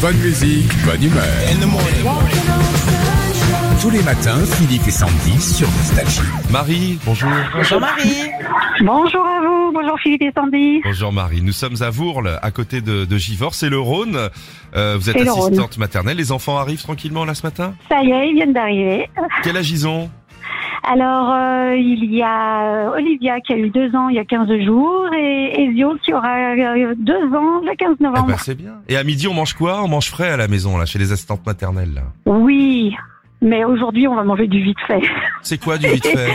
Bonne musique, bonne humeur. Tous les matins, Philippe et Sandy sur Nostalgie. Marie, bonjour. Bonjour Marie. Bonjour à vous, bonjour Philippe et Sandy. Bonjour Marie, nous sommes à Vourles, à côté de, de Givors, c'est le Rhône. Euh, vous êtes C'est le Rhône. assistante maternelle, les enfants arrivent tranquillement là ce matin Ça y est, ils viennent d'arriver. Quel âge ils ont Alors, euh, il y a euh, Olivia qui a eu deux ans il y a 15 jours et Ezio qui aura euh, deux ans le 15 Eh novembre. ben c'est bien. Et à midi on mange quoi On mange frais à la maison, là, chez les assistantes maternelles. là. Oui, mais aujourd'hui, on va manger du vite fait. C'est quoi du vite fait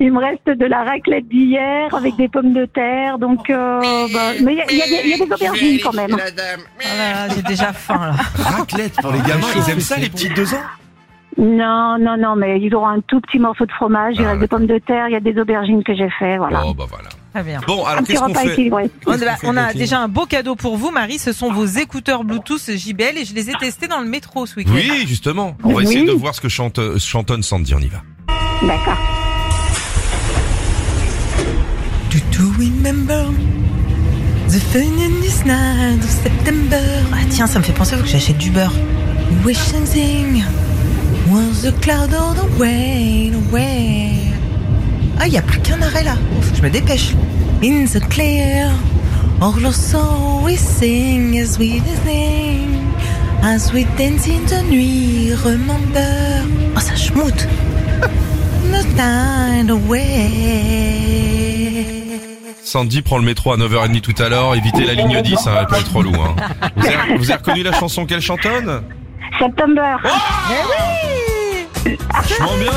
Il me reste de la raclette d'hier avec des pommes de terre, donc... euh, bah, mais il y a- il y, a des- il y a des aubergines quand même. Oh là là, j'ai déjà faim là. Raclette pour les gamins, Ah, ils aiment ça les petites deux ans Non, non, non, mais ils auront un tout petit morceau de fromage, il Ah, reste des pommes de terre, il y a des aubergines que j'ai fait, voilà. Oh bah voilà. Très bien. Bon Ah. un alors petit qu'est-ce qu'on repas fait équilibré. On a, on a déjà un beau cadeau pour vous, Marie. Ce sont vos écouteurs Bluetooth JBL et je les ai testés dans le métro ce week-end. Oui justement, on va Oui. essayer de voir ce que chante, euh, chantonne Sandy, on y va. D'accord. Do you remember the funniest night of September? Ah tiens, ça me fait penser faut que j'achète du beurre. Wishing thing was a cloud on the way, away. Ah, il n'y a plus qu'un arrêt là. Oh, faut que je me dépêche. In the clear, all our soul we sing as we sing. As we dance in the nuit, remember. Oh, ça schmoute. The night away. Sandy prend le métro à 9h30 tout à l'heure, évitez la ligne 10, hein, elle peut être trop loin. Vous, avez, vous avez reconnu la chanson qu'elle chantonne September. Oh Franchement bien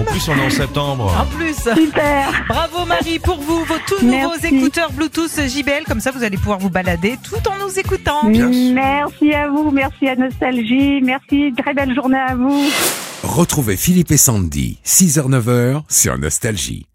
En plus on est en septembre. En plus, Super. bravo Marie pour vous, vos tout nouveaux Merci. écouteurs Bluetooth JBL. Comme ça, vous allez pouvoir vous balader tout en nous écoutant. Bien sûr. Merci à vous, merci à Nostalgie, merci, très belle journée à vous. Retrouvez Philippe et Sandy, 6h-9h sur Nostalgie.